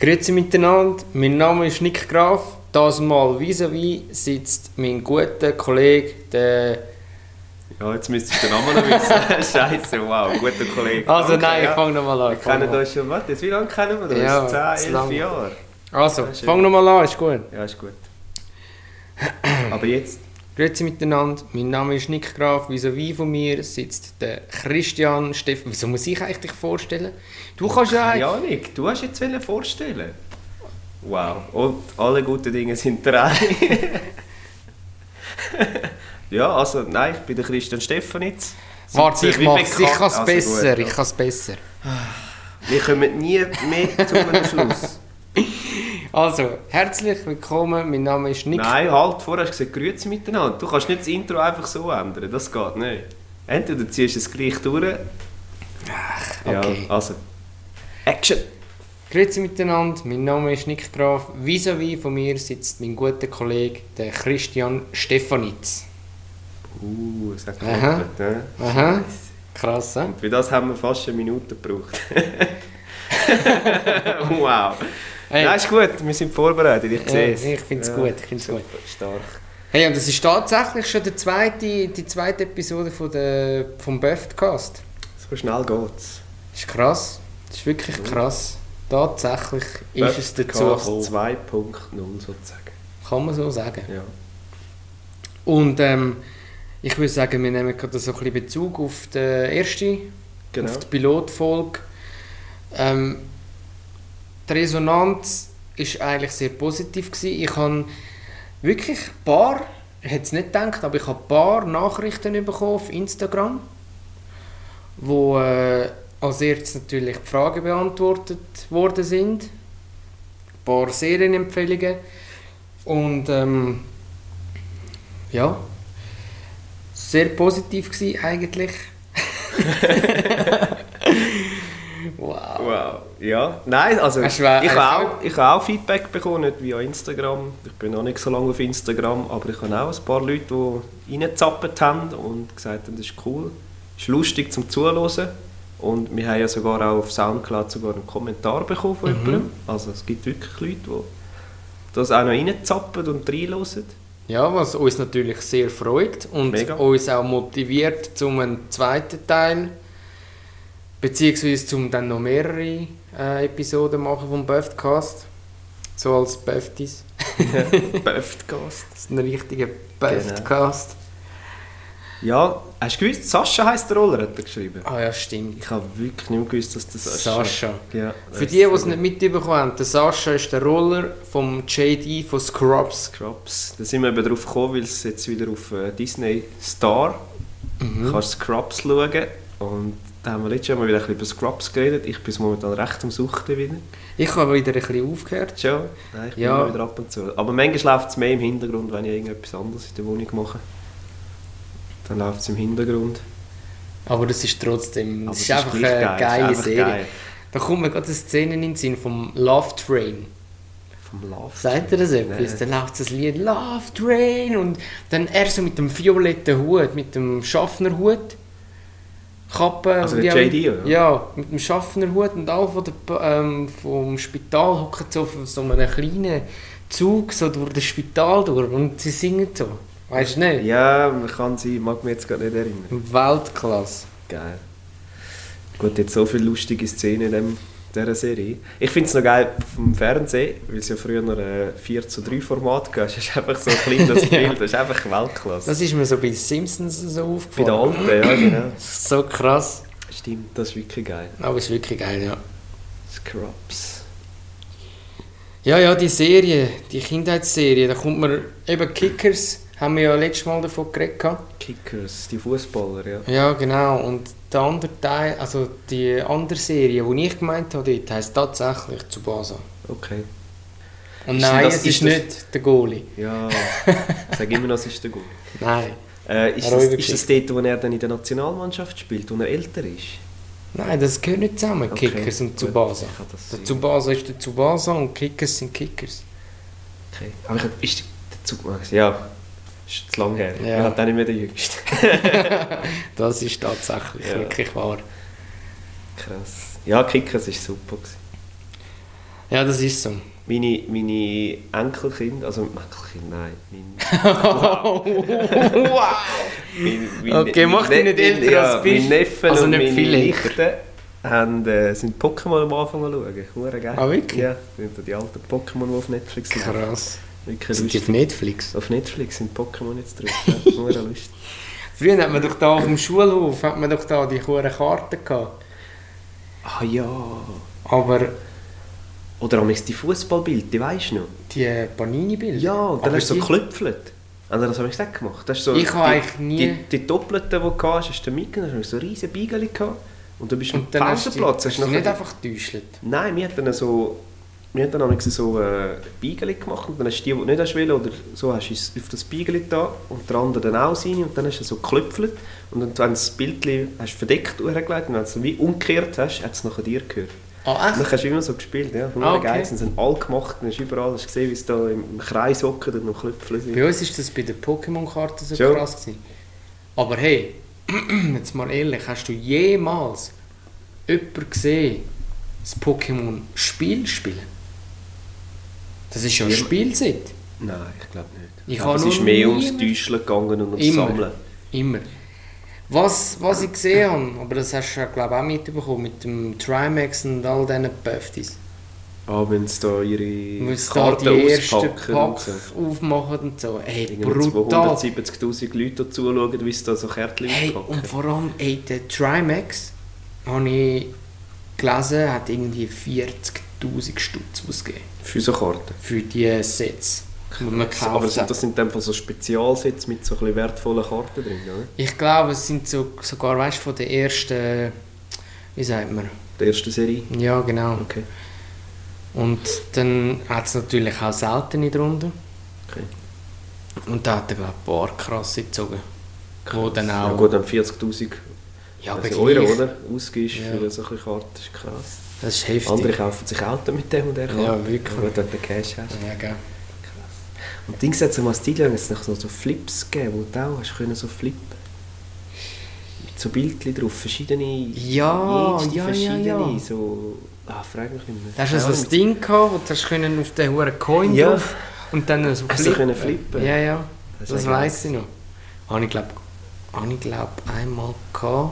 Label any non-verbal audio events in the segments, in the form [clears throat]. Grüezi miteinander, mein Name ist Nick Graf. Das mal vis-à-vis sitzt mein guter Kollege, der. Ja, jetzt müsstest du den Namen noch wissen. [laughs] Scheiße, wow, guter Kollege. Also Danke, nein, ich ja. fange nochmal an. Wir ich fang kennen noch- uns schon, warte, jetzt, wie lange kennen wir uns? Ja, zu 10, 11 lange. Jahre? Also, Ja, schön. fang nochmal an, ist gut. [clears throat] Ja, ist gut. Aber jetzt, Grüezi miteinander, mein Name ist Nick Graf. Vis-à-vis von mir sitzt der Christian Steffen. Wieso muss ich eigentlich dich vorstellen? Du kannst ja eigentlich. ja, Nick, du hast jetzt wollen vorstellen. Wow, und alle guten Dinge sind drei. [laughs] ja, also nein, ich bin der Christian Stefanitz. Warte, ich Wie mach's. Ich bekannt- kann's Also gut, besser. ja. ich kann's besser. Wir kommen nie mehr zu einem Schluss. Also, herzlich willkommen. Mein Name ist Nick. Nein, halt, vorher hast du gesagt, grüezi miteinander. Du kannst nicht das Intro einfach so ändern, das geht nicht. Entweder ziehst du es gleich durch. okay. Ja, also. Action! Grüezi miteinander, mein Name ist Nick Graf. Vis-à-vis von mir sitzt mein guter Kollege, der Christian Stefanitz. Uh, es hat Aha. geklappt, ne? Aha. Krass, hä? Für das haben wir fast eine [laughs] Minute gebraucht. wow. Hey. Nein, ist gut, wir sind vorbereitet, ich sehe es. Ja, ich find's gut, ich find's super, gut. Stark. Hey, und das ist tatsächlich schon der zweite, die zweite Episode von der, vom Buffcast. So schnell geht's. Das ist krass. Das ist wirklich krass. Tatsächlich ist es dazu Podcast gekommen. 2.0 sozusagen. Kann man so sagen. Ja. Und ähm, ich würde sagen, wir nehmen gerade so ein bisschen Bezug auf den ersten Genau. auf die Pilotfolge. Ähm, die Resonanz ist eigentlich sehr positiv gewesen. Ich habe wirklich ein paar, ich hätte es nicht gedacht, aber ich habe ein paar Nachrichten bekommen auf Instagram, wo äh, als erstes natürlich die Fragen beantwortet worden sind, ein paar Serienempfehlungen und ähm, ja, sehr positiv gewesen [laughs] eigentlich. wow. Wow, ja. Nein, also Hast ich du, äh, habe auch, ich habe auch Feedback bekommen, nicht via Instagram. Ich bin noch nicht so lange auf Instagram, aber ich habe auch ein paar Leute, die reingezappt haben und gesagt haben, das ist cool, ist lustig zum Zuhören. Und wir haben ja sogar auch auf Soundcloud sogar einen Kommentar bekommen von Mhm. jemandem. Also es gibt wirklich Leute, die das auch noch reinzappen [laughs] und reinhören. Ja, was uns natürlich sehr freut und Mega. uns auch motiviert, zum einen zweiten Teil beziehungsweise zum dann noch mehrere äh, Episoden machen vom Buffcast. So als Buffdies. Böftgast. Das ist ein richtiger Genau. Buffcast. Ja, hast du gewusst, Sascha heisst der Roller, hat er geschrieben. Ah ja, stimmt. Ich habe wirklich nicht mehr gewusst, dass das Sascha. Ja, Für die, die es nicht mitbekommen haben, der Sascha ist der Roller vom JD von Scrubs. Scrubs. Da sind wir eben drauf gekommen, weil es jetzt wieder auf äh, Disney Star Mhm. kannst Scrubs schauen. Und da haben wir letztes Jahr mal wieder ein bisschen über Scrubs geredet. Ich bin momentan recht am Suchten wieder. Ich habe wieder ein bisschen aufgehört. Schon? Nein, ich bin Ja. immer wieder ab und zu. Aber manchmal läuft es mehr im Hintergrund, wenn ich irgendetwas anderes in der Wohnung mache. Dann läuft es im Hintergrund. Aber das ist trotzdem, Aber das es ist einfach gleich eine geile Es ist einfach Serie. geil. Da kommt mir gerade eine Szene in den Sinn vom Love Train. Vom Love. Sagt ihr das etwas? Nein. Dann läuft das Lied Love Train und dann er so mit dem violetten Hut, mit dem Schaffnerhut. Kappe. Also und der die JD, haben- oder? Ja, mit dem Schaffnerhut und alle von der, Pa- ähm, vom Spital hocken so auf so einem kleinen Zug so durch das Spital durch und sie singen so. Weißt du nicht? Ja, man kann sie, mag mich jetzt gerade nicht erinnern. Weltklasse. Geil. Gut, jetzt so viele lustige Szenen in dem, dieser Serie. Ich finde es noch geil vom Fernsehen, weil es ja früher noch ein 4 zu 3 Format gab. [laughs] Es ist einfach so klein, [laughs] das Ja. Bild. Das ist einfach Weltklasse. Das ist mir so bei Simpsons so Bei der aufgefallen. Alten, ja genau. So krass. Stimmt, das ist wirklich geil. Aber ist wirklich geil, ja. Scrubs. Ja, ja, die Serie, die Kindheitsserie, da kommt man eben Kickers, haben wir ja letztes Mal davon geredet. gehabt. Kickers, die Fußballer, ja. Ja, genau. Und der andere Teil, also die andere Serie, die ich gemeint habe, dort heisst tatsächlich Tsubasa. Okay. Und Ist nein, das- es ist ist das- nicht der Goalie. [laughs] Ja, sag immer noch, es ist der gut. Nein. Äh, ist, Eine das, ruhige ist das dort, wo er dann in der Nationalmannschaft spielt, wo er älter ist? Nein, das gehört nicht zusammen, Okay, Kickers und gut. Tsubasa. Ich kann das Der sehen. Tsubasa ist der Tsubasa und Kickers sind Kickers. Okay. Aber ich hab, ist der Zug Max? Ja. Ist zu lang her. Ja. Er hat auch nicht mehr den [laughs] Jüngsten. Das ist tatsächlich Ja. wirklich wahr. Krass. Ja, Kickers ist super. Gewesen. Ja, das ist [laughs] so. Meine, meine Enkelkind, also Enkelkind, nein, mein, wow! mein, [laughs] mein, Okay, mach dich nicht älter, als du bist. Meine Neffen Also und nicht meine viel älter. Nichten haben, äh, sind Pokémon am Anfang an schauen. Hure geil. Ah, wirklich? Ja, sind so die alten Pokémon, die auf Netflix sind. Krass. Wirklich Sind die auf lustig. Netflix? Auf Netflix sind Pokémon jetzt drauf. [laughs] Ja, hure lustig. Früher hat man doch da auf dem Schulhof hat man doch da die hohen Karten gehabt. Ah ja. Aber Oder am die Fußballbild, die weisst du noch? die Panini-Bilder. Ja, und dann Aber hast du so die- geklüpfelt. Und dann habe ich das gemacht. Das ist so Ich habe die- eigentlich nie- Die, die Doppelten, die du hast, hast du mitgenommen, dann hast du so riesige Beigeli gehabt. Und du bist am Und dann hast du die- Pausenplatz. hast Hast du noch die nicht einfach getäuscht. Nein, wir hatten dann so... Wir hatten dann so äh, Beigeli gemacht und dann hast du die, die du nicht hast wollen, oder so hast du es auf das Beigeli da und der andere dann auch seine und dann hast du so geklüpfelt und dann, wenn du das Bildchen hast du verdeckt hergelegt und wenn du es wie umgekehrt hast, hat es nachher dir gehört. Ah, Und echt? Dann hast du immer so gespielt, ja. Ah, Ah, okay. okay. Geil. Sie sind alle gemacht, dann hast du überall hast du gesehen, wie sie da im Kreis hocken und am Klüpfeln sind. Bei uns ist das bei den Pokémon-Karten so Schon. krass gewesen. Aber hey, [clears throat] jetzt mal ehrlich, hast du jemals jemanden gesehen, das Pokémon-Spiel spielen? Das ist ja eine Niemand. Spielzeit. Nein, ich glaube nicht. Ich glaube, habe es noch ist mehr nie ums mit- Täuscheln gegangen und ums Immer. Sammeln. Immer. Was, was ich gesehen habe, aber das hast du ja glaube ich auch mitbekommen, mit dem Trimax und all diesen Pöftis. Ah, wenn sie da Wo ihre es da Karten die ersten auspacken und Packs so. aufmachen und so. Hey, Irgendwie brutal. 270'000 Leute die zuschauen, wie sie da so Kärtchen Hey, auspacken. und vor allem, ey, der Trimax, habe ich gelesen, hat irgendwie 40'000 Stutz ausgegeben Für so Karten. für die Sets, die man Aber gekauft sind, hat. das sind in dem Fall so Spezialsets mit so ein bisschen wertvollen Karten drin, oder? Ich glaube, es sind so, sogar, weißt du, von der ersten, wie sagt man, Der ersten Serie. ja genau. Okay. Und dann hat es natürlich auch seltene drunter. okay. Und da hat er, glaube ich, ein paar krasse gezogen. Wo dann Ja, auch, gut, dann 40'000 ja, aber also Euro, gleich. oder? Ausgibst Ja. für so ein bisschen Karten, ist krass. Das ist heftig. Andere kaufen sich Auto mit dem und der Ja, Karte. wirklich. Wenn du dort den Cash hast. Ja, gell. Und Dings hat es mal Stil lang jetzt noch so so Flips gegeben, wo du auch hast können so flippen. Mit so Bildchen drauf, verschiedene. Ja, jedes ja, die ja, verschiedene, ja. so. Ah, frag mich nicht mehr. Da hast du so ein Ding gehabt, wo du hast können auf den hohen Coin Ja. drauf und dann so Hast du können flippen? Ja, ja, das, ist ja weiss ich noch. Habe ich glaube hab ich glaub einmal gehabt.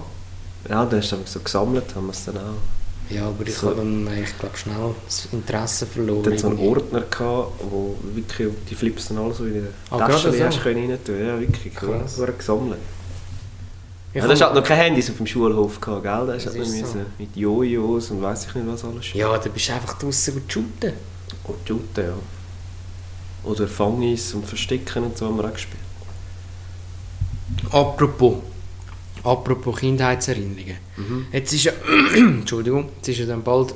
geil. Ja, dann hast du einfach so gesammelt, haben wir es dann auch. Ja, aber ich So. habe dann eigentlich glaub, schnell das Interesse Und verloren. dann so einen irgendwie. Ordner gehabt, wo wirklich die Flips dann alle so in Ah, der gerade Tasche so? hast können rein tun. Ja, wirklich. Krass. Krass. gesammelt. Ich ja, Ah, das hab- hat Also, noch kein Handys auf dem Schulhof gehabt, gell? Das, Das hat man ist so. müssen mit Jojos und weiß ich nicht was alles. spielen. ja, da bist du einfach draußen gut shooten. Und shooten, ja. Oder Fangis und Verstecken und so haben wir auch gespielt. Apropos. Apropos Kindheitserinnerungen. Mhm. Jetzt ist ja. [clears throat] Entschuldigung, jetzt ist ja dann bald.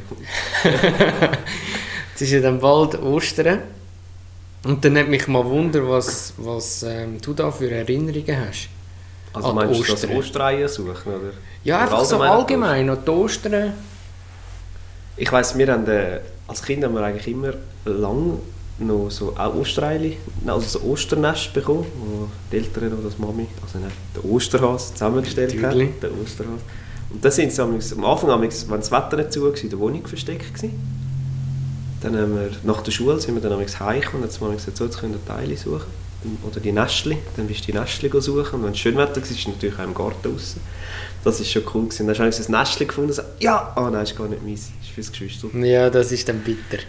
[laughs] jetzt ist ja dann bald Ostern. Und dann hat mich mal Wunder, was, was ähm, du da für Erinnerungen hast. Also An die meinst du das Ah, Ostern. Ostereier suchen, oder? Ja, Oder einfach so Ostern? allgemein, an die Ostern. Ich weiss, wir haben, äh, als Kind haben wir eigentlich immer lang noch so auch Ostereile, also so Osternest bekommen, wo die Eltern oder das Mami, also nein, der Osterhase zusammengestellt hat. Natürlich. Der Osterhase. Und dann sind sie am am Anfang, am- wenn das Wetter nicht zu war, in der Wohnung versteckt gewesen. Dann haben wir, nach der Schule sind wir dann am heimgekommen und dann haben wir gesagt, so, jetzt können wir Teile suchen. Oder die Nestli. Dann bist du die Nestli go suchen. Und wenn es schön Wetter war, ist natürlich auch im Garten raus. Das war schon cool. Gewesen. Dann hast du ein Nestli gefunden und gesagt, ja, ah nein, ist gar nicht meins. Ist fürs Geschwister. Ja, das ist dann bitter.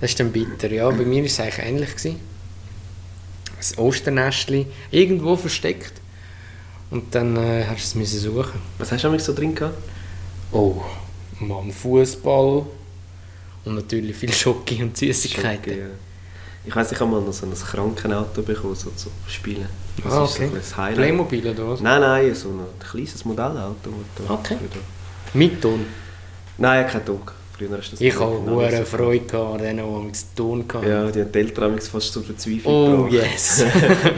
Das ist dann bitter, ja. Bei mir war es eigentlich ähnlich. Gewesen. Ein Osternestli, irgendwo versteckt. Und dann äh, hast du es müssen suchen. Was hast du eigentlich so drin gehabt? Oh, Mann, Fußball und natürlich viel Schoki und Süßigkeiten. Schoki, ja. äh, Ich weiss, ich habe mal noch so ein Krankenauto bekommen, so zu spielen. Das Ah, ist so okay. ein bisschen das Highlight. Playmobil oder was? Nein, nein, so ein kleines Modellauto. das da- Okay. für da- Mit Ton. Nein, kein Dunkel. Früher hast du das Ich noch habe nicht so hohe gehabt. Freude gehabt an denen, die mit Ton hatten. Ja, die haben die Eltern haben mich fast zur Verzweiflung Oh [laughs] yes.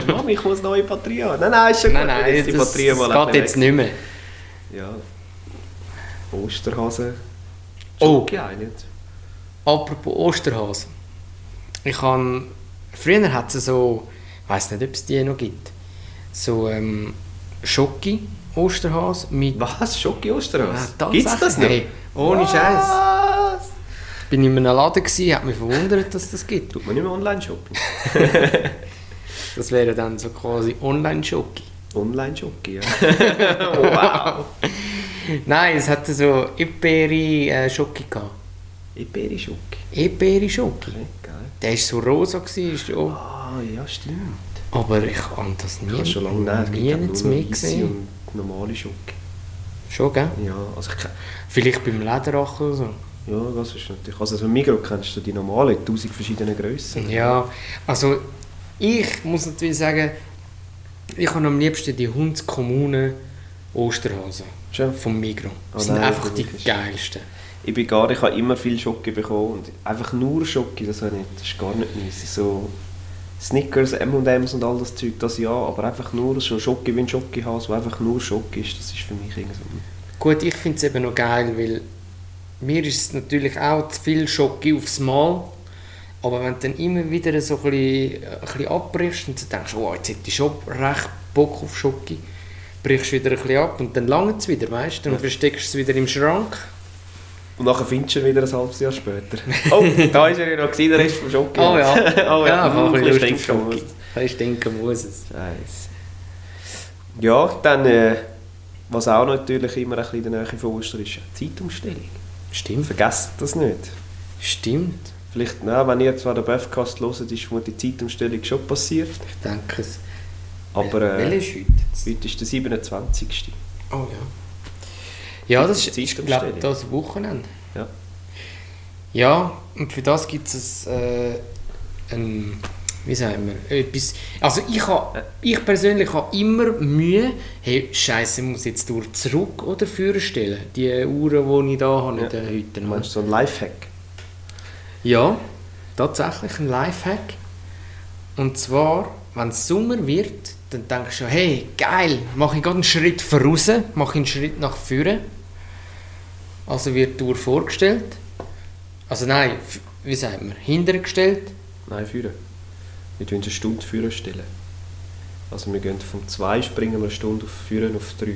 Mama, ich muss neue Batterie haben. Nein, nein, ist schon nein, gut, wenn nein, jetzt das, das geht jetzt weg- nicht mehr. Ja. Osterhase. Oh. Ja, nicht. Apropos Osterhase. Ich han Früher hat es so, ich weiß nicht, ob es die noch gibt, so ähm, Schoki Osterhase mit... Was? Schoki Ah, Osterhase? tatsächlich. Gibt's das noch? Hey, ohne Scheiß. Was? bin in einem Laden, gewesen, hat mich verwundert, dass das gibt. Tut man nicht [laughs] mehr Online-Shopping. Das wäre dann so quasi Online-Schoki. [laughs] Online-Shopping, ja. wow. Nein, es hatte so Eperi-Schoki gehabt. Iberi-Schoki. Eperi-Schoki. Okay, geil. Der war so rosa, gewesen, ist auch. Ah, ja, stimmt. aber ich habe das nie, Ich habe schon lange nein, es gibt nie auch jetzt nur noch mehr Eisi gesehen. Und normale Schoki. Schon, gell? Ja, also ich ke- Vielleicht beim Lederrachen oder so. ja, das ist natürlich. Also so im Migros kennst du die normalen, tausend verschiedene Grössen. Ja, also ich muss natürlich sagen, ich habe am liebsten die Hundskommunen Osterhasen Schon. vom Migro. Oh Das sind nein, einfach das die ist- geilsten. Ich bin gar, ich habe immer viel Schoki bekommen und einfach nur Schoki, das habe ich nicht, das ist gar nicht meins. So Snickers, M&M's und all das Zeug, das ja, aber einfach nur so Schoki wie ein Schoki hast, wo einfach nur Schoki ist, das ist für mich irgendwie so... Gut, ich finde es eben noch geil, weil mir ist es natürlich auch zu viel Schocke aufs Mal. Aber wenn du dann immer wieder so ein bisschen, äh, ein bisschen abbrichst und du denkst, oh, jetzt hätte ich schon recht Bock auf Schocke, brichst wieder ein bisschen ab und dann lange es wieder, weißt du? Dann versteckst du es wieder im Schrank. Und nachher findest du ihn wieder ein halbes Jahr später. [laughs] Oh, da ist er ja noch gewesen, der Rest vom [laughs] Schoki. Oh ja, [laughs] oh ja, ich habe ein bisschen Lust auf Stinkschocki. Schoki. Ein bisschen denken muss es. Scheiße. Ja, dann, äh, was auch natürlich immer ein bisschen in der Nähe von Ostern ist, Zeitumstellung. Stimmt. Vergesst das nicht. Stimmt. Vielleicht, na, wenn ihr zwar den Buffcast hört, ist wohl die Zeitumstellung schon passiert. Ich denke es. Aber Welche äh, ist heute? jetzt? heute ist der 27. Oh ja. Ja, das Die ist, ich glaube, Zeitumstellung. das Wochenende. Ja. Ja, und für das gibt es äh, ein, wie sagen wir, etwas, also ich, ha, ich persönlich habe immer Mühe, hey, Scheiße, muss jetzt durch zurück oder vorstellen, stellen, die Uhren, die ich da habe, Ja. in den Hütten. Du meinst so ein Lifehack? Ja, tatsächlich ein Lifehack. Und zwar, wenn es Sommer wird, dann denkst du, hey, geil, mache ich gerade einen Schritt voraus, mache ich einen Schritt nach vorne. Also wird die Uhr vorgestellt. Also nein, f- wie sagt man, hintergestellt. Nein, führen. Wir tun eine Stunde führen stellen. Also wir gehen vom 2 springen wir eine Stunde auf führen auf 3.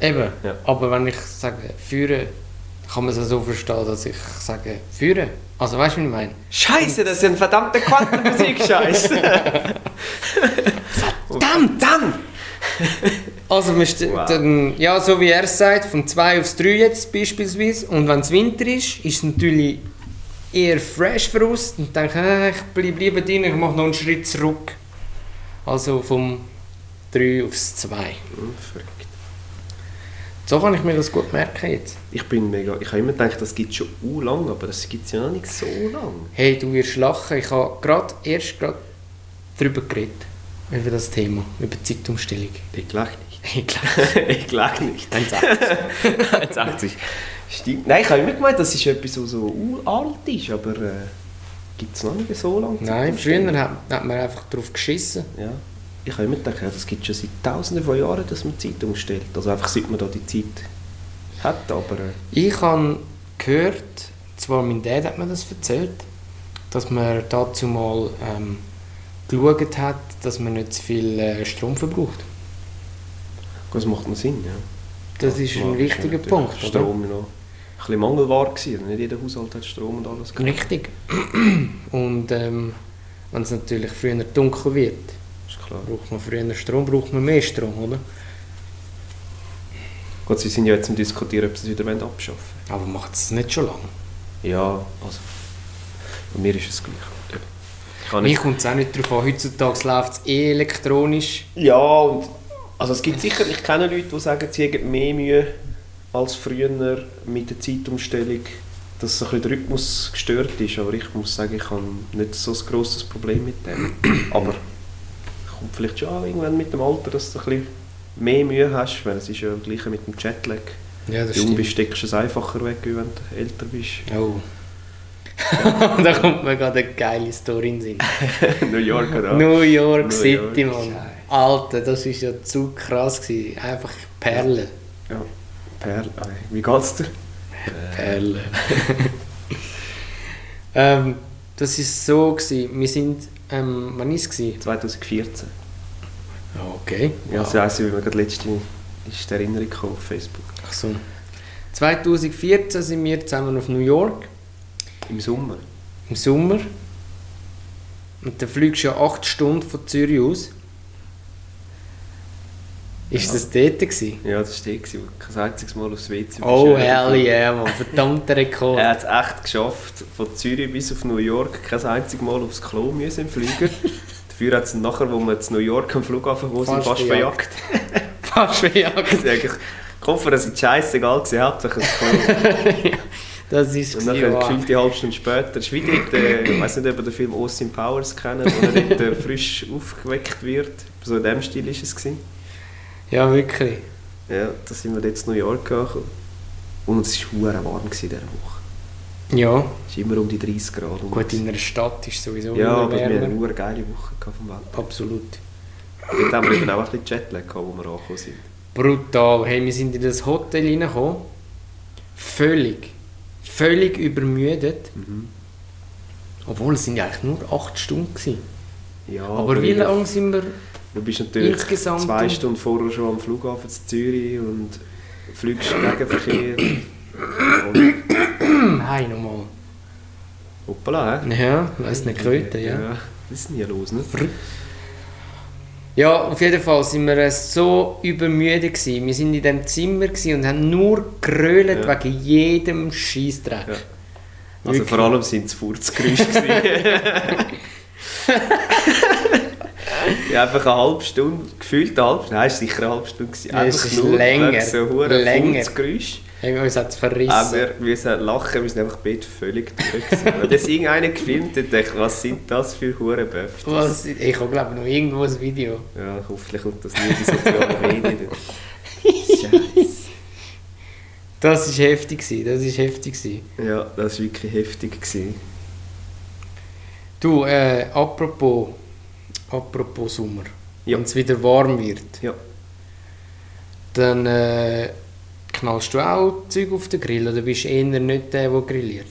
Eben, Ja. aber wenn ich sage führen, kann man es auch so verstehen, dass ich sage führen. Also weißt du, was ich meine? Scheiße, das ist ein verdammter Quantenphysik-Scheiß. [laughs] Dann, dann! [laughs] Also, man st- Wow. dann, ja, so wie er es sagt, von 2 aufs 3 jetzt beispielsweise. Und wenn es Winter ist, ist es natürlich eher fresh für uns. Und denke, äh, ich bleibe lieber drin, ich mache noch einen Schritt zurück. Also vom 3 aufs 2. Oh, Verrückt. So kann ich mir das gut merken jetzt. Ich bin mega. Ich habe immer gedacht, das gibt es schon u lang, aber das gibt es ja noch nicht so lang. Hey, du wirst lachen, ich habe gerade erst gerade darüber geredet. Über das Thema, über die Zeitumstellung. [laughs] Ich glaube nicht. Hey, klar. [laughs] ich glaube nicht. Dann sag's. [laughs] 80. Stimmt. Nein, ich habe immer gemeint, das ist etwas, was so uralt ist, aber äh, gibt es noch nicht so lange. Nein, früher hat, hat man einfach drauf geschissen. Ja. Ich habe immer gedacht, ja, das gibt schon seit tausenden von Jahren, dass man die Zeit umstellt. Also einfach seit man da die Zeit hat, aber... Äh, Ich habe gehört, zwar mein Dad hat mir das erzählt, dass man dazu mal ähm, geschaut hat, dass man nicht zu viel äh, Strom verbraucht. das macht noch Sinn, ja. Das ist ein Ja, wichtiger natürlich Punkt. Strom noch ein bisschen mangelbar gewesen. Nicht jeder Haushalt hat Strom und alles. Oder? Richtig. [clears throat] Und ähm, wenn es natürlich früher dunkel wird, Ist klar. braucht man früher Strom, braucht man mehr Strom, oder? Gut, sie sind ja jetzt am diskutieren, ob sie es wieder wollen abschaffen Aber macht es nicht schon lange. wollen. Ja, also... Bei mir ist es gleich. Ich kann Mir kommt es auch nicht darauf an, heutzutage läuft es eh elektronisch. Ja, und also es gibt sicher, ich kenne Leute, die sagen, sie haben mehr Mühe als früher mit der Zeitumstellung, dass so ein bisschen der Rhythmus gestört ist. Aber ich muss sagen, ich habe nicht so ein grosses Problem mit dem. Aber kommt vielleicht schon auch irgendwann mit dem Alter, dass du ein bisschen mehr Mühe hast, weil es ist ja das gleiche mit dem Jetlag. Ja, Wenn du jung bist, steckst du es einfacher weg, wie wenn du älter [laughs] bist. Oh. da kommt mir gerade eine geile Story in den Sinn. New York, oder? New York New City, York. Mann. Alter, das war ja zu krass. Gewesen. Einfach Perle. Ja. Perl, ey, wie geht's dir? Äh, Perle. [laughs] ähm, das war so. Gewesen. Wir sind. Ähm, wann war es? gewesen? 2014. Okay. Ja, das weiss ich, weil mir gerade letzte ist die Erinnerung gekommen auf Facebook. Ach so. 2014 sind wir zusammen auf New York. Im Sommer. im Sommer. Und dann fliegst du ja 8 Stunden von Zürich aus. Ist Ja. das dort gewesen? Ja, das war der, gewesen, wo du kein einziges Mal aufs WC bist. Oh, Ja, hell yeah, man. Verdammter Rekord. Er hat es echt geschafft, von Zürich bis auf New York kein einziges Mal aufs Klo müssen [laughs] im Flieger. Dafür hat es nachher, wo wir zu New York am Flughafen waren, Fast fast, fast verjagt. verjagt. [laughs] Fast verjagt. Also eigentlich, Koffer sind scheißegal gewesen, hauptsächlich das [laughs] Klo. Das ist gewesen, Und nachher wow. gefühlt die halbe Stunde später. Es ist wie dort, äh, ich weiß nicht, ob ihr den Film Austin Powers kennt, wo er dort äh, frisch aufgeweckt wird. So in dem Stil war es. Gewesen. Ja, wirklich. Ja, da sind wir jetzt in New York angekommen. Und es war verdammt warm gewesen in dieser Woche. Ja, Es war immer um die 30 Grad. Und gut, in einer Stadt ist sowieso ja, immer aber wir hatten wärmer. eine verdammt geile Woche gehabt vom Wetter. Absolut. Dort haben wir eben auch ein bisschen Jetlag gehabt, wo wir angekommen sind. Brutal. Hey, wir sind in das Hotel reingekommen. Völlig, völlig übermüdet. Mhm. Obwohl, es sind ja eigentlich nur 8 Stunden gewesen. Ja, Aber wie lange sind wir? Du bist natürlich Insgesamt zwei um- Stunden vorher schon am Flughafen zu Zürich und fliegst gegen Verkehr. Nein, Hm, nochmal. Hoppala, hä? Ja, weiss nicht, Kröte, ja. Das ist nie los, ne? Ja, auf jeden Fall sind wir äh, so übermüdet gewesen. Wir sind in dem Zimmer gewesen und haben nur gerölt Ja. wegen jedem Scheißdreck. Ja. Also Wirklich. vor allem sind es Furzgeräusche. gewesen. [laughs] ja, einfach eine halbe Stunde, gefühlt eine halbe Stunde, nein, es war sicher eine halbe Stunde. Gewesen. Ja, es Einfach ist länger, wegen so hohen länger. Furzgeräusch. Hey, uns hat es verrissen. Aber wir müssen lachen, wir sind einfach Bett völlig durch. gewesen. Wenn das irgendeiner gefilmt hat, dachte ich, was sind das für Hurenböfte? Was? Ich habe glaube noch irgendwo ein Video. Ja, hoffentlich kommt das nie in die sozialen [laughs] Medien. Scheiße. Das ist heftig gewesen, das ist heftig gewesen. Ja, das war wirklich heftig. Gewesen. Du, äh, apropos, apropos Sommer, Ja. wenn es wieder warm wird, Ja. dann äh, knallst du auch Zeug auf den Grill oder bist du eher nicht der, der grilliert?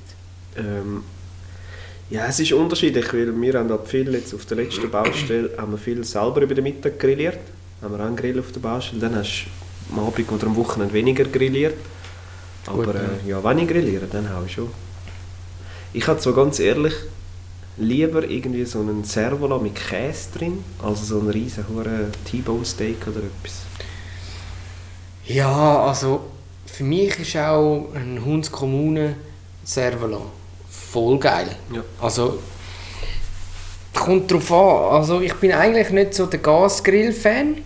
Ähm, ja, es ist unterschiedlich, weil wir haben halt viel jetzt auf der letzten Baustelle haben wir viel selber über den Mittag grilliert. Haben wir einen Grill auf der Baustelle, dann hast du am Abend oder am Wochenende weniger grilliert. Aber Gut, ja. äh, ja, wenn ich grilliere, dann habe ich schon. Ich habe zwar ganz ehrlich lieber irgendwie so einen Servola mit Käse drin, als so einen riesen hohen T-Bone Steak oder etwas. Ja, also für mich ist auch ein Hunds Kommune Servalo voll geil. Ja. Also kommt drauf an. Also ich bin eigentlich nicht so der Gasgrill-Fan,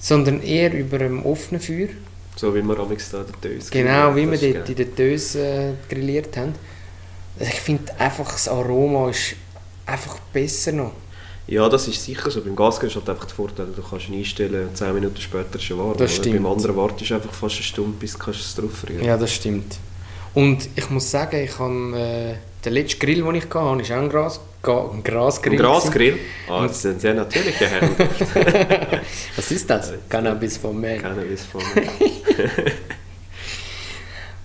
sondern eher über einem offenen Feuer. So wie wir amigs da der Döse Genau, grillieren, wie wir das ist dort in geil. der Döse äh, grilliert haben. Also ich finde einfach, das Aroma ist einfach besser noch. Ja, das ist sicher so. Beim Gasgrill ist halt einfach der Vorteil, du kannst ihn einstellen und 10 Minuten später ist er warm. Das oder? stimmt. Beim anderen wartest du einfach fast eine Stunde, bis du kannst es drauf rühren Ja, das stimmt. Und ich muss sagen, ich habe äh, den letzten Grill, den ich hatte, war auch ein, Gras, Ga, ein Grasgrill. Ein Grasgrill? Ah, das sind sehr [laughs] natürliche Hände. gewesen. Was ist Äh, das? Cannabis von mir. Cannabis von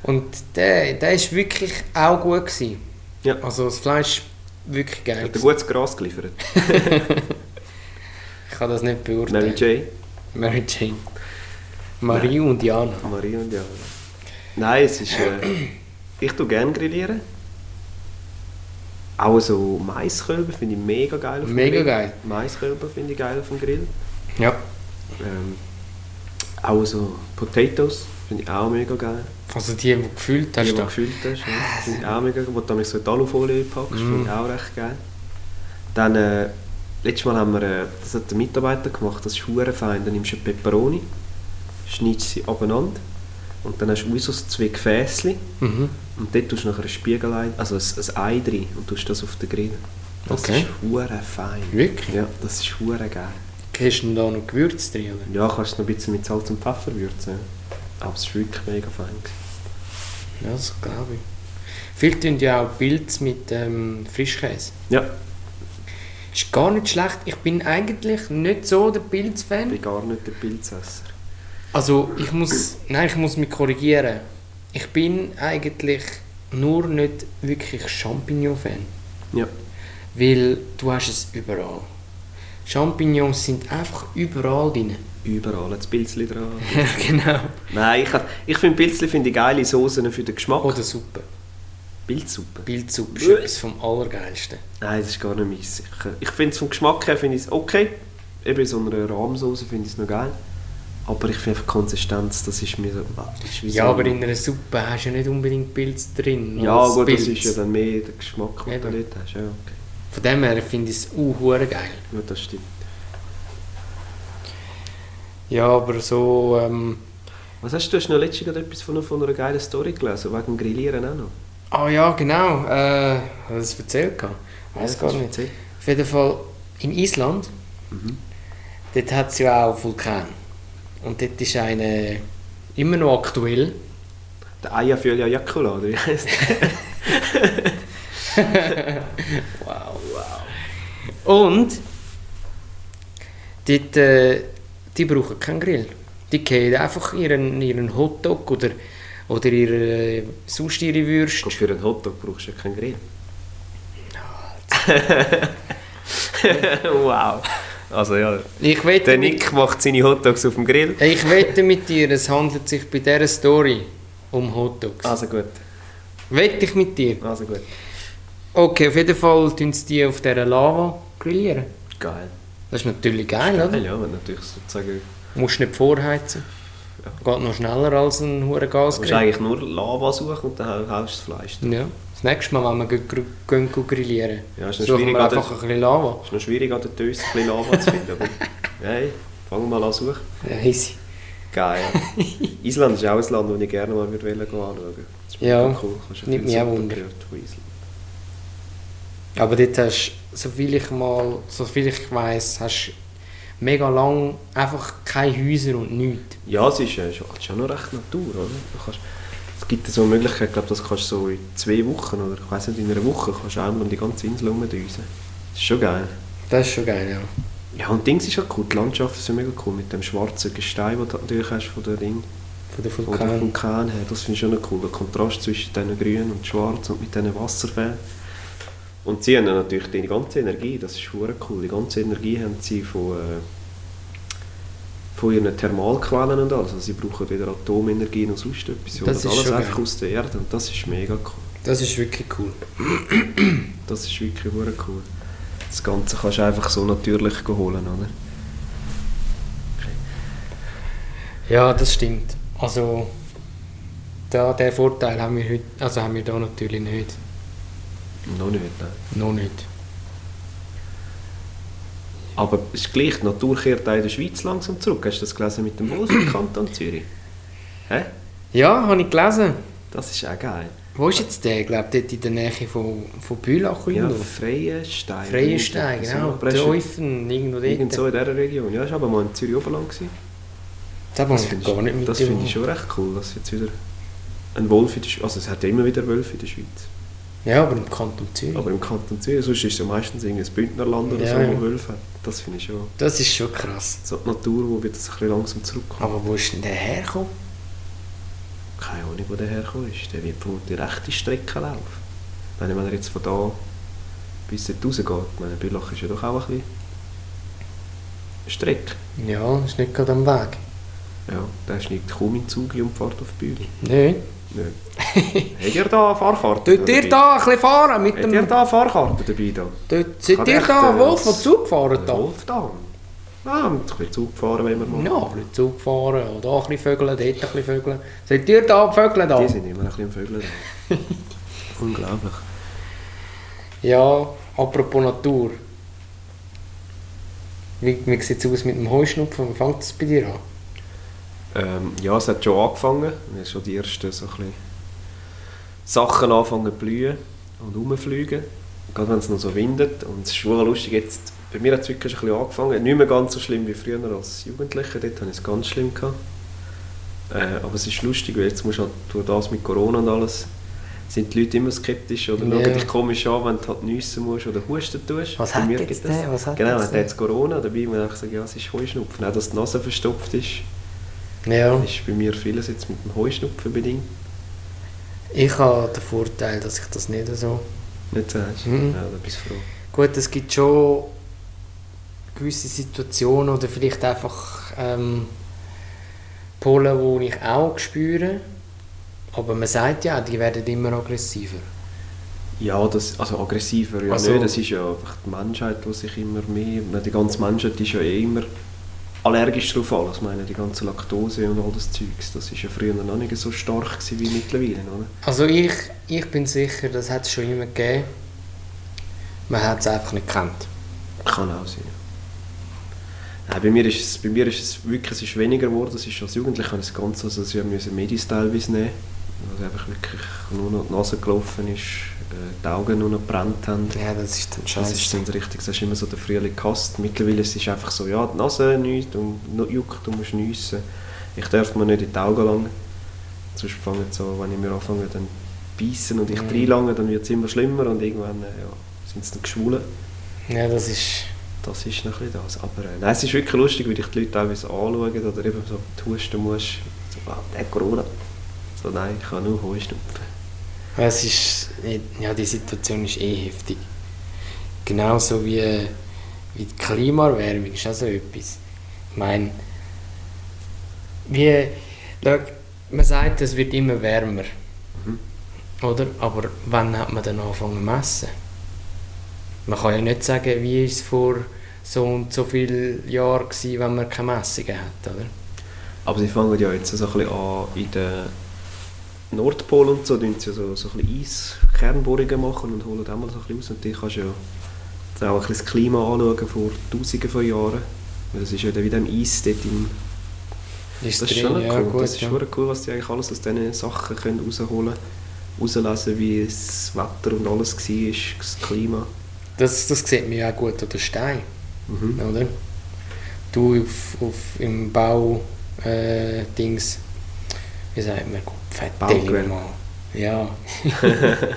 Und der, der ist wirklich auch gut. Gewesen. Ja. Also das Fleisch wirklich geil. Hat ein gewesen. gutes Gras geliefert. Ich kann das nicht Mary beurteilen. J. Mary Jane. Marie und Jana. Marie und Jana. Nein, es ist. Äh, ich tue gerne grillieren. Auch so Maiskölben finde ich mega geil auf dem Mega Grill. geil. Maiskölben finde ich geil auf dem Grill. Ja. Ähm, auch so Potatoes finde ich auch mega geil. Also die, die gefühlt hast die, du. die gefüllt hast. Ja. Ah, Die sind auch mega, wo du damit so in die Alufolie packst, finde Mhm. ich auch recht geil. Dann, äh, letztes Mal haben wir, äh, das hat der Mitarbeiter gemacht, das ist hure fein, dann nimmst du eine Peperoni, schneidest sie abeinander und dann hast du wie so zwei Gefäßchen Mhm. und dort tust du nachher ein Spiegelei, also ein, ein Ei drin und tust das auf den Grill. Das Okay. ist hure fein. Wirklich? Ja, das ist hure geil. Hast du denn da noch Gewürz drin? Oder? Ja, kannst du noch ein bisschen mit Salz und Pfeffer würzen. ja. Aber es ist wirklich mega fein. gewesen. Ja, das glaube ich. Viele tun ja auch Pilz mit ähm, Frischkäse. Ja, Ist gar nicht schlecht. Ich bin eigentlich nicht so der ich Pilz-Fan. bin gar nicht der Pilzesser. Also ich muss, nein, ich muss mich korrigieren. Ich bin eigentlich nur nicht wirklich Champignon-Fan, Ja. weil du hast es überall. Champignons sind einfach überall [laughs] drin. Überall ein Pilzli dran. genau. Oh, Nein, ich, hat- ich finde Pilzli finde ich geile Soßen für den Geschmack. Oder Suppe. Bildsuppe. Bildsuppe ist etwas vom Allergeilsten. Nein, das ist gar nicht meins. Ich, ich finde es vom Geschmack her finde ich okay. Eben in so einer Rahmsauce finde ich es noch geil. Aber ich finde einfach Konsistenz, das ist mir so... das Ist wie Ja, so aber in einer Suppe hast du ja nicht unbedingt Pilz drin. Ja, als gut, das Pilz. ist ja dann mehr der Geschmack, den du Eben. dort hast. Ja, okay. Von dem her finde ich es auch geil. Gut, das stimmt. Ja, aber so... Ähm, Was hast du, du hast noch letztens gerade etwas von, einer- von einer geilen Story gelesen, wegen dem Grillieren auch noch. Ah ja, genau. Äh, hat er das erzählt? Ich weiß Ja, gar das nicht. erzählt. Auf jeden Fall in Island, Mhm. dort hat es ja auch Vulkan. Und dort ist eine immer noch aktuell. Der Eierfüller Jakula, oder wie heisst der? Wow, wow. Und dort, äh, die brauchen keinen Grill. Die gehen einfach ihren, ihren Hotdog oder, oder ihre, äh, sonst ihre Würste. Gut, Für einen Hotdog brauchst du ja keinen [laughs] Grill. wow. Also ja, Ich der wette, mit, Nick macht seine Hotdogs auf dem Grill. ich wette mit dir, es handelt sich bei dieser Story um Hotdogs. Also gut, Wette ich mit dir. also gut. Okay, auf jeden Fall tun sie die auf dieser Lava grillieren. Geil. Das ist natürlich geil, Ja, oder? ja, wenn natürlich sozusagen... Musst nicht vorheizen. Geht noch schneller als ein hoher Du musst Gasgrill. eigentlich nur Lava suchen und dann haust du das Fleisch. drauf. Ja. Das nächste Mal, wenn wir gehen, gehen, gehen grillieren, Ja, ist noch suchen schwierig, wir oder? einfach ein bisschen Lava. ist noch schwierig, an der Döse ein bisschen Lava zu [laughs] finden, aber... Hey, fang mal an suchen. Ja, easy. Geil. Island ist auch ein Land, das ich gerne mal würde wollen gehen anschauen Das ist Ja, mega cool. Kannst ja nimmt viel mich auch Sachen Wunder. gehört von Island. Aber dort hast du, soviel ich mal, soviel ich weiss, hast du mega lang einfach keine Häuser und nichts. Ja, es ist, äh, schon- es ist schon noch recht Natur, oder? Du kannst, es gibt so eine Möglichkeit, glaube das kannst du so in zwei Wochen oder ich weiß nicht, in einer Woche kannst du einmal um die ganze Insel herumdüsen. Das ist schon geil. Das ist schon geil, ja. Ja, und Dings ist halt cool, die Landschaften sind mega cool, mit dem schwarzen Gestein, das du natürlich hast von der Ding, Von der von dem Vulkan. Vulkan her. Das finde ich schon noch cool, der Kontrast zwischen diesen Grün und Schwarz und mit diesen Wasserfällen. Und sie haben ja natürlich die ganze Energie, das ist verdammt cool, die ganze Energie haben sie von, äh, von ihren Thermalquellen und alles. Also sie brauchen weder Atomenergie noch sonst etwas, Das ist alles schon einfach geil. aus der Erde und das ist mega cool. Das ist wirklich cool. Das ist wirklich verdammt cool. Das Ganze kannst du einfach so natürlich holen, oder? Ja, das stimmt. Also, da, den Vorteil haben wir heute, also haben wir da natürlich nicht. Noch nicht, nein. Noch nicht. Aber es ist gleich, die Natur kehrt auch in der Schweiz langsam zurück. Hast du das gelesen mit dem Wolf im Kanton Zürich? Hä? Ja, habe ich gelesen. Das ist auch geil. Wo ist jetzt der? Ich glaube, dort in der Nähe von, von Bülach Ja, irgendwo. Freienstein. Freienstein, genau. Irgend Teufen, irgendwo dort. so in dieser Region. Ja, das war aber mal in Zürich Oberland. gewesen. Das Das muss ich finde gar nicht ich, mit das finde ich schon recht cool, dass jetzt wieder ein Wolf in der Schweiz... Also es hat ja immer wieder Wölfe in der Schweiz. Ja, aber im Kanton Zürich. Aber im Kanton Zürich, sonst ist es ja meistens irgendein Bündnerland Hm. oder Ja, so, ja. wo Wölfe hat. Das finde ich schon... Das ist schon krass. So die Natur, wo wieder so ein bisschen langsam zurückkommt. Aber wo ist denn der hergekommen? Keine Ahnung, wo der hergekommen ist. Der wird wohl die rechte Strecke laufen. Ich meine, wenn er jetzt von da bis dort rausgeht, ich meine, Bülach ist ja doch auch ein bisschen eine Strecke. Ja, ist nicht gerade am Weg. Ja, der schneigt kaum in den Zug und fährt auf die Bühne. Nein. Nein. [laughs] Habt ihr da eine Fahrkarte? Dort ihr da ein bisschen fahren mit Habt ihr dem... da eine Fahrkarte dabei? Da? Dort, Kann seid ihr echt, da, äh, Wolf, der Zug gefahren Ein da? Wolf da. Ah, mit ein bisschen Zug fahren, wenn wir wollen. Ja, ein bisschen Zug fahren, oder da ein bisschen vögeln, dort ein bisschen vögeln. Seid ihr da vögeln da? Die sind immer ein bisschen [laughs] am Vögeln da. Unglaublich. Ja, apropos Natur. Wie, wie sieht es aus mit dem Heuschnupfen? Wie fängt es bei dir an? Ähm, ja, es hat schon angefangen. Wir haben schon die ersten so ein bisschen Sachen anfangen zu blühen und rumfliegen. Gerade wenn es noch so windet. Und es ist schon lustig, jetzt, bei mir hat es wirklich ein bisschen angefangen. Nicht mehr ganz so schlimm wie früher als Jugendlicher. Dort hatte ich es ganz schlimm. Gehabt. Äh, aber es ist lustig, weil jetzt musst du halt durch das mit Corona und alles, sind die Leute immer skeptisch oder Ja. schauen dich komisch an, wenn du halt nüssen musst oder husten tust. Was Bei hat mir jetzt gibt es- der? Was hat Genau, jetzt hat der? jetzt Corona, dabei muss ich sagen, ja, es ist Heuschnupfen. Auch, dass die Nase verstopft ist Ja, ist bei mir vieles jetzt mit dem Heuschnupfen bedingt. ich habe den Vorteil, dass ich das nicht so... Nicht so hast. Mhm. Ja, da bist du froh. Gut, es gibt schon gewisse Situationen oder vielleicht einfach ähm, Pollen, die ich auch spüre. Aber man sagt ja, die werden immer aggressiver. Ja, das, also aggressiver ja Also- nicht. Das ist ja einfach die Menschheit, die sich immer mehr... Die ganze Menschheit ist ja eh immer allergisch drauf alles. Ich meine, die ganze Laktose und all das Zeugs, das war ja früher noch nicht so stark gewesen wie mittlerweile, oder? Also ich, ich bin sicher, das hat es schon immer gegeben. Man hat es einfach nicht gekannt. Kann auch sein. Nein, bei mir ist es, bei mir ist es wirklich es ist weniger geworden. Es ist schon als Jugendlicher das Ganze, also sie müssen Medis teilweise nehmen. Also einfach wirklich nur noch die Nase gelaufen ist, äh, die Augen nur noch gebrannt haben. Ja, das ist dann Das ist scheiße. dann richtig, das ist immer so der Frühling gehasst. Mittlerweile ist es einfach so, ja, die Nase nüsst und no- juckt, du musst nüssen. Ich darf mir nicht in die Augen langen. Sonst fangen so, wenn ich mir anfange, dann beißen und ich Mhm. reinlange, dann wird es immer schlimmer und irgendwann äh, ja, sind es dann geschwulen. Ja, das ist... Das ist noch ein bisschen das. Aber äh, nein, es ist wirklich lustig, wie dich die Leute teilweise anschauen oder eben so husten musst. So, ah, der hat Corona. So, nein, ich kann nur Heuschnupfen. Es ist, ja, die Situation ist eh heftig. Genauso wie, wie die Klimaerwärmung ist auch so etwas. Ich meine, wie, schau, man sagt, es wird immer wärmer. Mhm. Oder? Aber wann hat man dann angefangen zu messen? Man kann ja nicht sagen, wie ist es vor so und so vielen Jahren war, wenn man keine Messungen hat, oder? Aber sie fangen ja jetzt so ein bisschen an in den Nordpol und so, tun sie so, so ein bisschen Eiskernbohrungen machen und holen auch mal so ein bisschen raus. Und die kannst du ja dann auch ein bisschen das Klima anschauen vor Tausenden von Jahren. Weil das ist ja dann wieder im Eis dort im... Ist Das ist drin, schon ja, cool. gut, das ist ja. schon cool, was die eigentlich alles aus diesen Sachen können rausholen können. Rauslesen, wie das Wetter und alles war, das Klima. Das, das sieht man ja auch gut an den Steinen. Mhm. oder? Du auf, auf, im Bau äh, Dings, wie sagt man, Baugewerbe. Fettdeli mal. Ja. [laughs]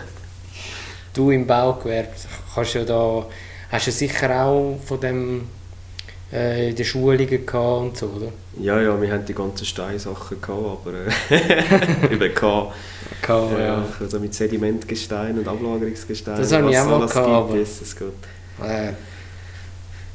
du im Baugewerbe kannst ja da, hast ja sicher auch von dem äh, in den Schulungen gehabt und so, oder? Ja, ja, wir hatten die ganzen Steinsachen, gehabt, aber äh, [laughs] über K. Gehabt, ja, Also mit Sedimentgestein und Ablagerungsgestein. Das habe und ich was auch mal alles gehabt, gibt, aber- Jesus Gott. ja. Äh,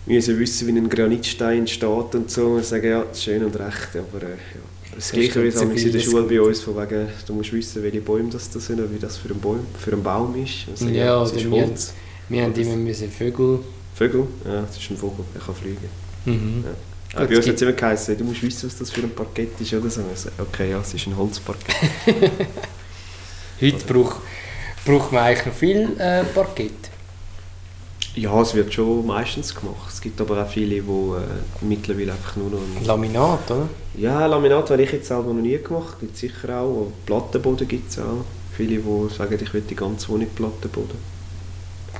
Wir müssen wissen, wie ein Granitstein entsteht und so. Wir sagen, ja, schön und recht, aber äh, ja. Das Das Gleiche wie ist es ganz damals in der ziviles Schule bei uns, von wegen, du musst wissen, welche Bäume das, das sind und wie das für einen, Baum, für einen Baum ist. Wir sagen, Ja, das oder ist wir- Holz. wir haben immer müssen Vögel. Vögel? Ja, das ist ein Vogel, er kann fliegen. Mhm. Ah, Gut, bei uns es hat es immer geheißen, du musst wissen, was das für ein Parkett ist oder so. Wir sagen, Okay, ja, es ist ein Holzparkett. Heute braucht, braucht man eigentlich noch viel äh, Parkett. ja, es wird schon meistens gemacht. Es gibt aber auch viele, die äh, mittlerweile einfach nur noch einen Laminat, oder? Ja, Laminat habe ich jetzt selber noch nie gemacht, gibt es sicher auch. Und Plattenboden gibt es auch. Viele, die sagen, ich will die ganze Wohnung Plattenboden.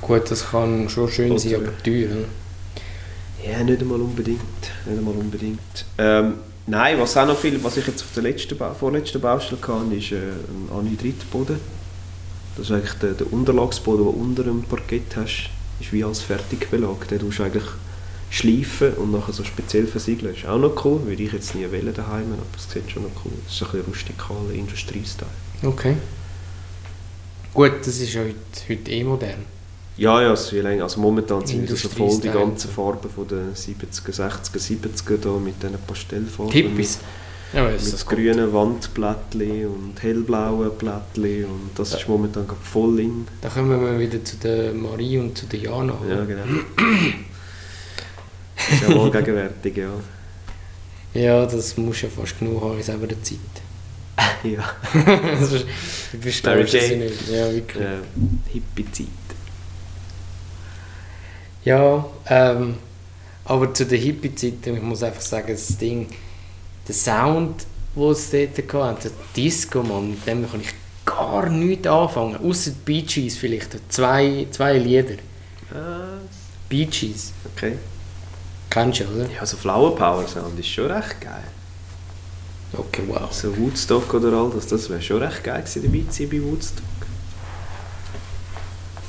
Gut, das kann schon schön sein, Oder- aber teuer. ne? Oder? Ja, nicht einmal unbedingt. Nicht einmal unbedingt. Ähm, nein, was auch noch viel, was ich jetzt auf der letzten, Bau- vorletzten Baustelle hatte, ist äh, ein Anhydritboden. Das ist eigentlich der, der Unterlagsboden, den du unter dem Parkett hast, ist wie als Fertigbelag. Den tust du eigentlich schleifen und nachher so speziell versiegeln. Ist auch noch cool, würde ich jetzt nie wählen daheim, aber es sieht schon noch cool. Das ist ein bisschen rustikaler Industriestyle. Okay. Gut, das ist ja heute, heute eh modern. Ja, ja, es ist viel länger. Also momentan sind wieder so voll die Industriestyle. ganzen Farben von den 70er, 60er, 70er da mit diesen Pastellfarben. Hippies. Ja, Mit, weiss, mit das kommt. grünen Wandblättchen und hellblauen Blättchen und das ist momentan gerade voll in. Da kommen wir wieder zu der Marie und zu der Jana. Ja, oder? genau. [clears throat] Das ist ja wohl gegenwärtig, ja. ja, das muss ja fast genug haben in selber Zeit. [laughs] ja. das ist, ich verstehe Mary das ja Jane. nicht. Ja, wirklich. Äh, Hippie-Zeit. Ja, ähm, aber zu der Hippie-Zeit, ich muss einfach sagen, das Ding, der Sound, den es dort hatten, der Disco, Mann, mit dem kann ich gar nichts anfangen. Außer die Bee Gees vielleicht, zwei, zwei Lieder. Ah, Bee Gees, okay. kennst du, oder? Ja, so Flower Power Sound ist schon recht geil. Okay, wow. So Woodstock oder all das, das wäre schon recht geil gewesen dabei zu sein bei Woodstock.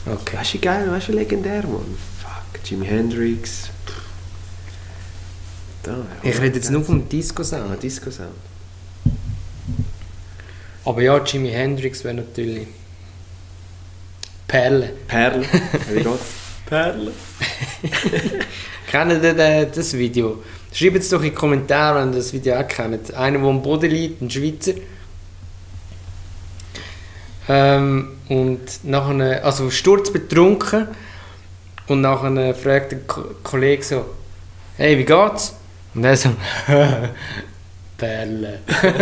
Okay. Weißt du, geil, weißt du, legendär, Mann. Fuck, Jimi Hendrix. Pff. Da, ja. Ich rede jetzt nur vom Ah, Disco-Sound. Disco-Sound. Aber ja, Jimi Hendrix wäre natürlich Perle. Perle. [laughs] Wie geht's? Perle. Kennt ihr denn, äh, das Video? Schreibt es doch in die Kommentare, wenn ihr das Video auch kennt. Einer, der am Boden liegt, ein Schweizer. Ähm, und nachher, also sturzbetrunken. Und nachher fragt der Ko- Kollege so, hey, wie geht's? Und er so, [laughs] Perle. das ist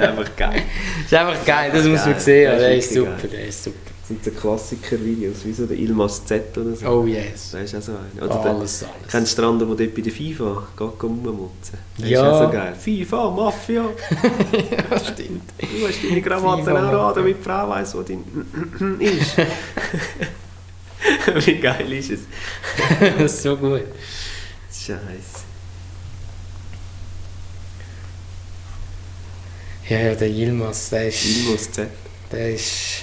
einfach geil. ist einfach geil, das muss man Geil, sehen. das Der ist ist wirklich super, geil. der ist super. Das sind so Klassiker-Videos, wie so der Ilmas Z oder so. Oh yes. Oh, Das ist auch so einer. Oder der, Alles, alles. kennst du den anderen, der dort bei der FIFA geht rummutzen? Das Ja. ist auch so geil. FIFA, Mafia. Ja, [laughs] stimmt. Du hast deine Krawatte FIFA, auch an, Mafia. damit die Frau weiss, wo dein [laughs] [laughs] ist. wie geil ist es? Das ist so gut. Scheiße. Ja, ja, der Yilmaz, der ist, Ilmas Z. der ist,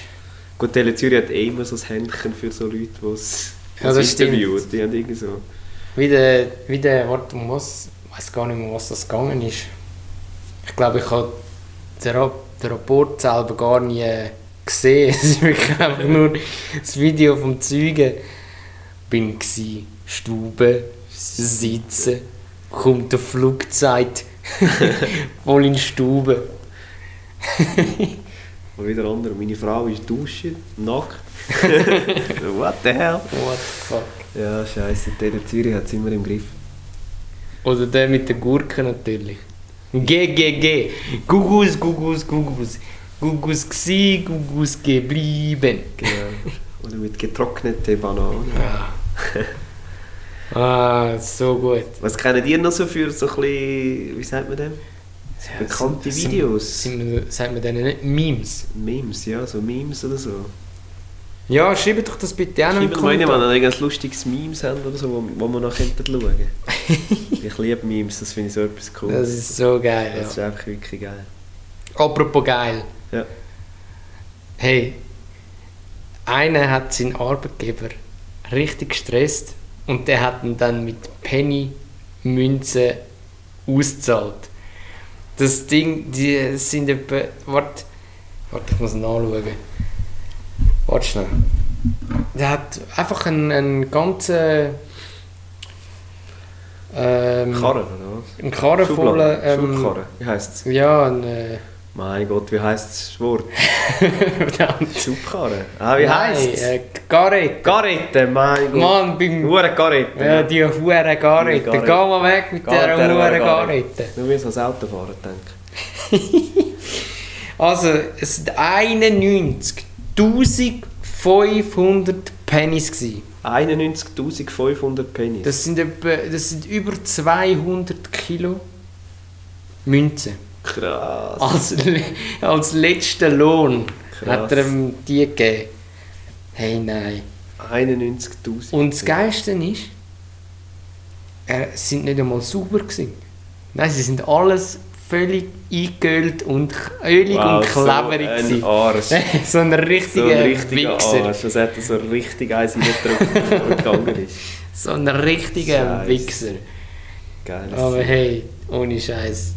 Gut, Tele Zürich hat eh immer so ein Händchen für so Leute, die es Ja, das stimmt. interviewt. Die haben irgendwie so... wie der, wie der, warte, um was, ich weiß gar nicht mehr, um was das gegangen ist. Ich glaube, ich habe den, Ra- den Rapport selber gar nie äh, gesehen. [laughs] Es ist wirklich einfach nur das Video vom Zeugen. Bin gsi, Stube, sitzen, kommt der Flugzeit, [laughs] voll in die Stube. [laughs] Und wieder andere. Meine Frau ist duschen, nackt. What the hell? What the fuck. Ja, scheiße. Tele Zürich hat es immer im Griff. Oder der mit der Gurke natürlich. GGG. Gugus, Gugus, Gugus. Gugus gsi, Gugus geblieben. Genau. Oder mit getrockneten Bananen. Ah. ah, [laughs] so gut. Was kennt ihr noch so für so ein bisschen, wie sagt man dem? Bekannte sind- Videos. Sind, wir- sagt man denen nicht Memes? Memes, ja, so Memes oder so. Ja, schreibt doch das bitte auch noch in die Schreibt mal rein, wenn Kommentare. ihr irgendein lustiges Memes habt oder so, wo, wo wir noch könnten schauen Ich liebe Memes, das finde ich so etwas cool. Das ist so geil. das ist einfach wirklich geil. Ja. Apropos geil. Ja. Hey, einer hat seinen Arbeitgeber richtig gestresst und der hat ihn dann mit Penny-Münzen ausgezahlt. Das Ding, die das sind etwa. Warte, warte, ich muss nachschauen. Warte schnell. Der hat einfach einen, einen ganzen. Ähm, Karren, oder was? Einen Karren voller. Ähm, Schubkarren, wie heisst es? ja, ein. Äh, [laughs] Mein Gott, wie heisst das Wort? verdammt. Schubkarren? Ah, wie heisst es? Nein, äh, Garrett. Garrette, mein Gott. Mann, beim Hure Garette. Ja, die hure Garrette. Garrette. Geh mal weg mit dieser Garrette, hure Garrette. Garrette. Nur wie so als Autofahrer denke. Also, es sind 91.500 Pennies. Gewesen. 91.500 Pennies. Das sind, etwa, das sind über 200 Kilo Münzen. Krass. Als, le- als letzten Lohn hat Also. Krass. er ihm die gegeben. Hey, nein. 91.000. Und das Geilste ist, äh, sie sind nicht einmal sauber gewesen. Nein, sie sind alles völlig eingeölt und k- ölig Wow, und kleberig so ein gewesen. Arsch. [laughs] so ein So ein richtiger, richtiger Wichser. Arsch. Das hat er so richtig eins reingedrückt und gegangen ist. So ein richtiger Scheiße. Wichser. Geil. Aber hey, ohne [laughs] Scheiß.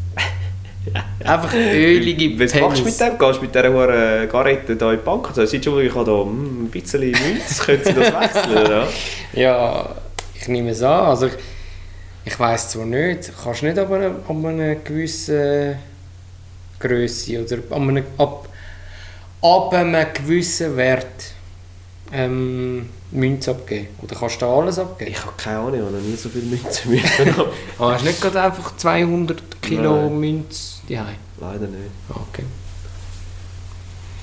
Einfach ölige Was machst du mit dem? Gehst du mit dieser hohen äh, Garette da in die Bank? und sagst, Seid schon, ich habe da mm, ein bisschen Münz, können Sie das wechseln? Oder? Ja, ich nehme es an. Also ich, ich weiß zwar nicht, kannst nicht ab einer, ab einer gewissen Größe oder ab, einem, ab, ab einem gewissen Wert ähm, Münze abgeben. Oder kannst du da alles abgeben? [laughs] Ich habe keine Ahnung, ich habe noch nie so viel Münzen mitgenommen. Ah, hast du nicht gerade einfach 200 Kilo Nein. Münze daheim? Ah, Leider nicht. Okay.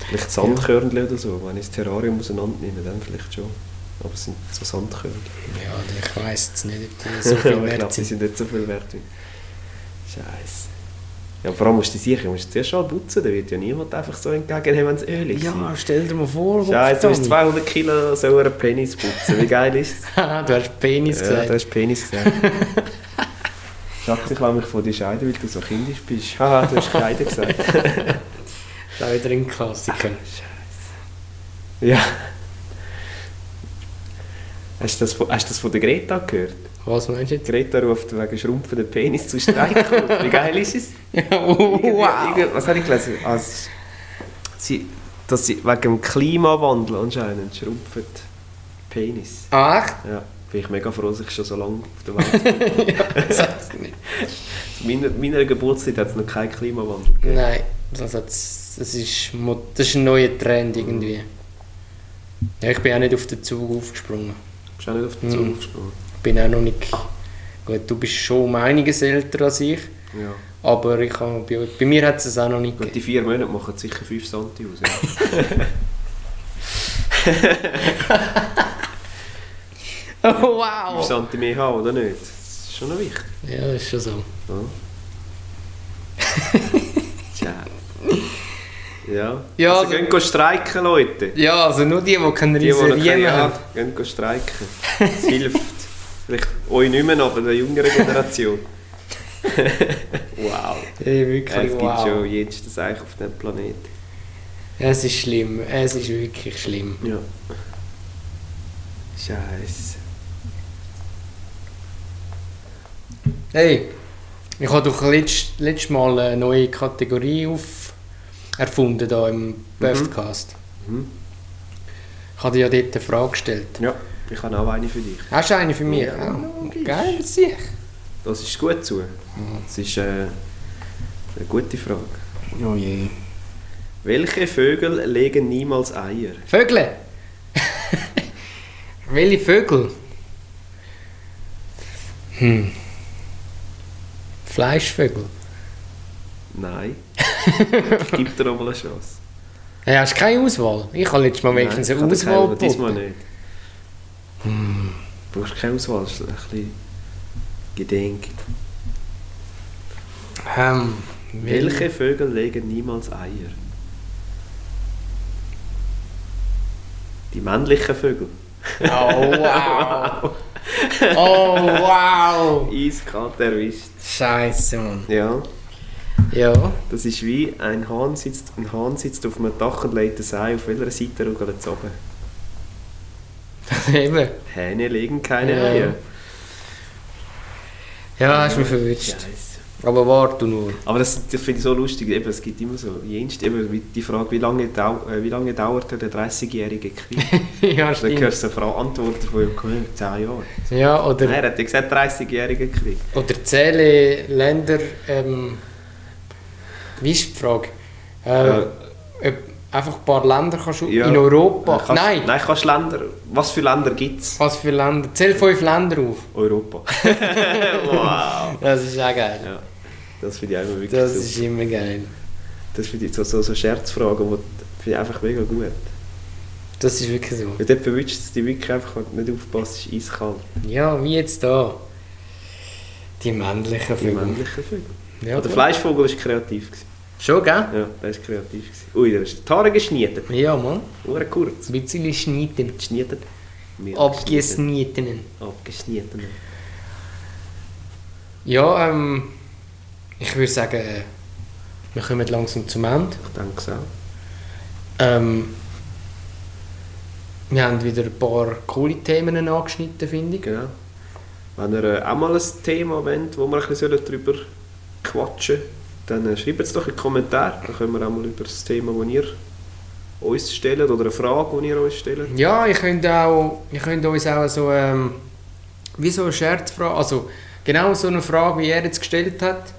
Vielleicht Sandkörnchen oder so. Wenn ich das Terrarium auseinandernehmen, dann vielleicht schon. Aber es sind so Sandkörnchen. Ja, ich weiß jetzt nicht, ob die so [laughs] viel ich wert glaube, die sind. sind nicht so viel wert. Wie. Scheiße. Ja, vor allem musst du die sicher, musst du zuerst mal putzen, da wird ja niemand einfach so entgegennehmen, wenn es Öl ist. Ja, stell dir mal vor, Scheiße, du musst Gottverdammt. 200 Kilo so einen Penis putzen, wie geil ist Haha, [laughs] du hast Penis das? gesagt. ja, du hast [laughs] Penis gesagt. Schatz, ich lasse mich von dir scheiden, weil du so kindisch [laughs] bist. Haha, du hast Kreide gesagt. Da wieder ein Klassiker. ja. Hast du, das von, hast du das von der Greta gehört? Was meinst du jetzt? Greta ruft wegen schrumpfenden Penis zu Streik. auf. Wie geil ist es? Irgendwie- [laughs] wow! irgendwie- Was habe ich gelesen? Ah, es ist- sie, dass sie wegen dem Klimawandel anscheinend schrumpfen. Penis. Ach, Ja, bin ich mega froh, dass ich schon so lange auf der Welt bin. sag's nicht. Zu meiner, meiner Geburtszeit hat es noch keinen Klimawandel gegeben. Nein, das hat's Das ist, mo- das ist ein neuer Trend irgendwie. Ja, ich bin auch nicht auf den Zug aufgesprungen. Bist du auch nicht auf den Zug Mhm. gesprungen? bin auch noch nicht. Gut, du bist schon um einiges älter als ich, Ja. aber ich kann, bei, bei mir hat es auch noch nicht Gut, gegeben. die vier Monate machen sicher 5 cm aus. [laughs] Ja. Oh, [laughs] wow! 5 cm haben, oder nicht? Das ist schon noch wichtig. Ja, das ist schon so. [laughs] Ja. Tja. Ja. Ja, also, also- gehen go streiken, Leute. Ja, also nur die, die keinen Die, die riesen noch Riemen keine haben, haben. gehen go streiken. [laughs] Es hilft. Vielleicht euch nicht mehr, aber der jüngeren Generation. [laughs] wow. Hey, wirklich, Es gibt schon wow. jedes das Eich auf diesem Planeten. Es ist schlimm, es ist wirklich schlimm. Ja. Scheiße. Hey, ich habe doch letzt, letztes Mal eine neue Kategorie auf erfunden hier im Podcast. Mhm. Ich habe dir ja dort eine Frage gestellt. Ja, ich habe auch eine für dich. Hast du eine für mich? Ah, Ja, logisch. Geil, sicher. Das ist gut zu. Das ist äh, eine gute Frage. Oh je. Welche Vögel legen niemals Eier? Vögel! [laughs] Welche Vögel? Hm. Fleischvögel. [laughs] Nein. Gib dir noch mal eine Chance. Hey, hast du keine Auswahl? Ich habe letztes Mal wenigstens ich eine habe keine, Auswahl aber Diesmal geboten. nicht. Du brauchst keine Auswahl, das ist ein bisschen gedenkt. Ähm, Welche Vögel legen niemals Eier? Die männlichen Vögel. Oh [laughs] wow! Oh wow! Eiskalt erwischt. Scheiße, Mann. Ja, Ja. das ist wie ein Hahn sitzt, ein Hahn sitzt auf einem Dach und legt das Ei. Auf welcher Seite ruckelt es runter? [laughs] Eben. Hähne legen keine Ja. Eier. Ja, hast mich verwirrt. Scheiße. Aber warte nur. Aber das, das finde ich so lustig, eben, es gibt immer so jenst, eben wie- die Frage, wie lange, dau äh, wie lange dauert der [laughs] 30-jährige Krieg? [laughs] ja, Dann stimmt. hörst du so Antworten von ja, komm, 10 Jahre. Ja, Nein, oder, er hat ja gesagt 30-jähriger Krieg. oder zähle Länder. Ähm, wie ist die Frage? Äh, Äh, ob einfach ein paar Länder kannst du Ja. in Europa. kannst, nein, Nein, kannst Länder, was für Länder [laughs] gibt es? was für Länder? Zähl fünf Länder auf. Europa. [laughs] [laughs] wow. Das ist auch geil. Ja, das finde ich auch immer wirklich Das super. ist immer geil. Das finde ich so, so, so Scherzfragen, die finde ich einfach mega gut. Das ist wirklich so. Weil dort verwünscht es dich wirklich einfach, wenn du nicht aufpasst, ist eiskalt. Ja, wie jetzt da. Die männlichen Die Vögel. männlichen Vögel. Ja, der gut. Fleischvogel war kreativ. Gewesen. Schon, gell? Ja, der war kreativ. Gewesen. Ui, der ist die Haare geschnitten. Ja, Mann. Nur kurz. Ein bisschen schneiden. Geschnitten. Mir geschnitten. Abgesnieten. Abgeschnitten. Ja, ähm. Ich würde sagen, äh, wir kommen langsam zum Ende. Ich denke es auch. Ähm, wir haben wieder ein paar coole Themen angeschnitten, finde ich. Genau. Wenn ihr äh, auch mal ein Thema wollt, wo wir ein bisschen darüber quatschen sollen, dann äh, schreibt es doch in die Kommentare. Dann können wir auch mal über das Thema, das ihr uns stellt, oder eine Frage, die ihr uns stellt. Ja, ihr könnt, auch, ihr könnt uns auch so, ähm, wie so eine Scherzfrage, also genau so eine Frage, wie er jetzt gestellt hat,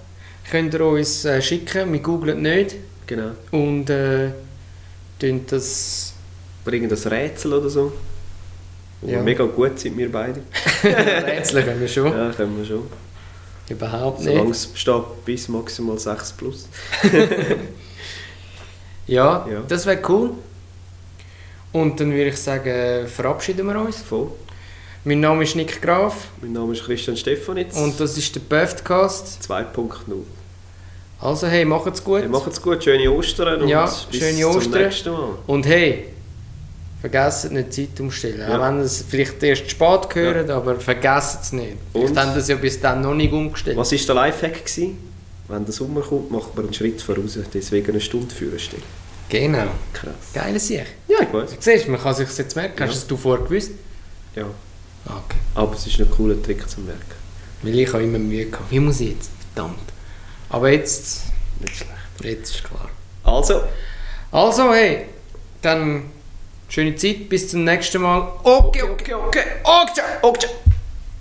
könnt ihr uns äh, schicken, wir googeln nicht Genau. und äh, tun [laughs] das, Bringen das Rätsel oder so. Wo Ja. wir mega gut sind, wir beide. rätseln können wir schon, Ja, können wir schon. überhaupt Solange Also nicht. es besteht bis maximal 6 plus. Ja, Ja. das wäre cool. Und dann würde ich sagen, äh, verabschieden wir uns. Voll. Mein Name ist Nick Graf Mein Name ist Christian Stefanitz. und das ist der Podcast. 2.0. Also hey, macht's gut. Hey, macht's gut, schöne Ostern und Ja, bis schöne zum Ostern. nächsten Mal. Und hey, vergesst nicht die Zeit umstellen. Ja. Auch wenn ihr es vielleicht erst spät gehört, aber vergesst es nicht. Vielleicht Und? haben das ja bis dann noch nicht umgestellt. Was war der Lifehack? Gewesen? Wenn der Sommer kommt, macht man einen Schritt voraus. Deswegen eine Stunde führen stehen. Genau. Krass. Geiles Sieg. Ja, ich weiß. Siehst du, man kann sich jetzt merken. Ja. Hast du es vorher gewusst? Ja. Okay. Aber es ist ein cooler Trick zum Merken. Weil ich habe immer Mühe gehabt. Wie muss ich jetzt? Verdammt. Aber jetzt, Nicht schlecht. jetzt ist klar. Also, Also hey, dann schöne Zeit. Bis zum nächsten Mal. Okay, okay, okay. Okay, okay.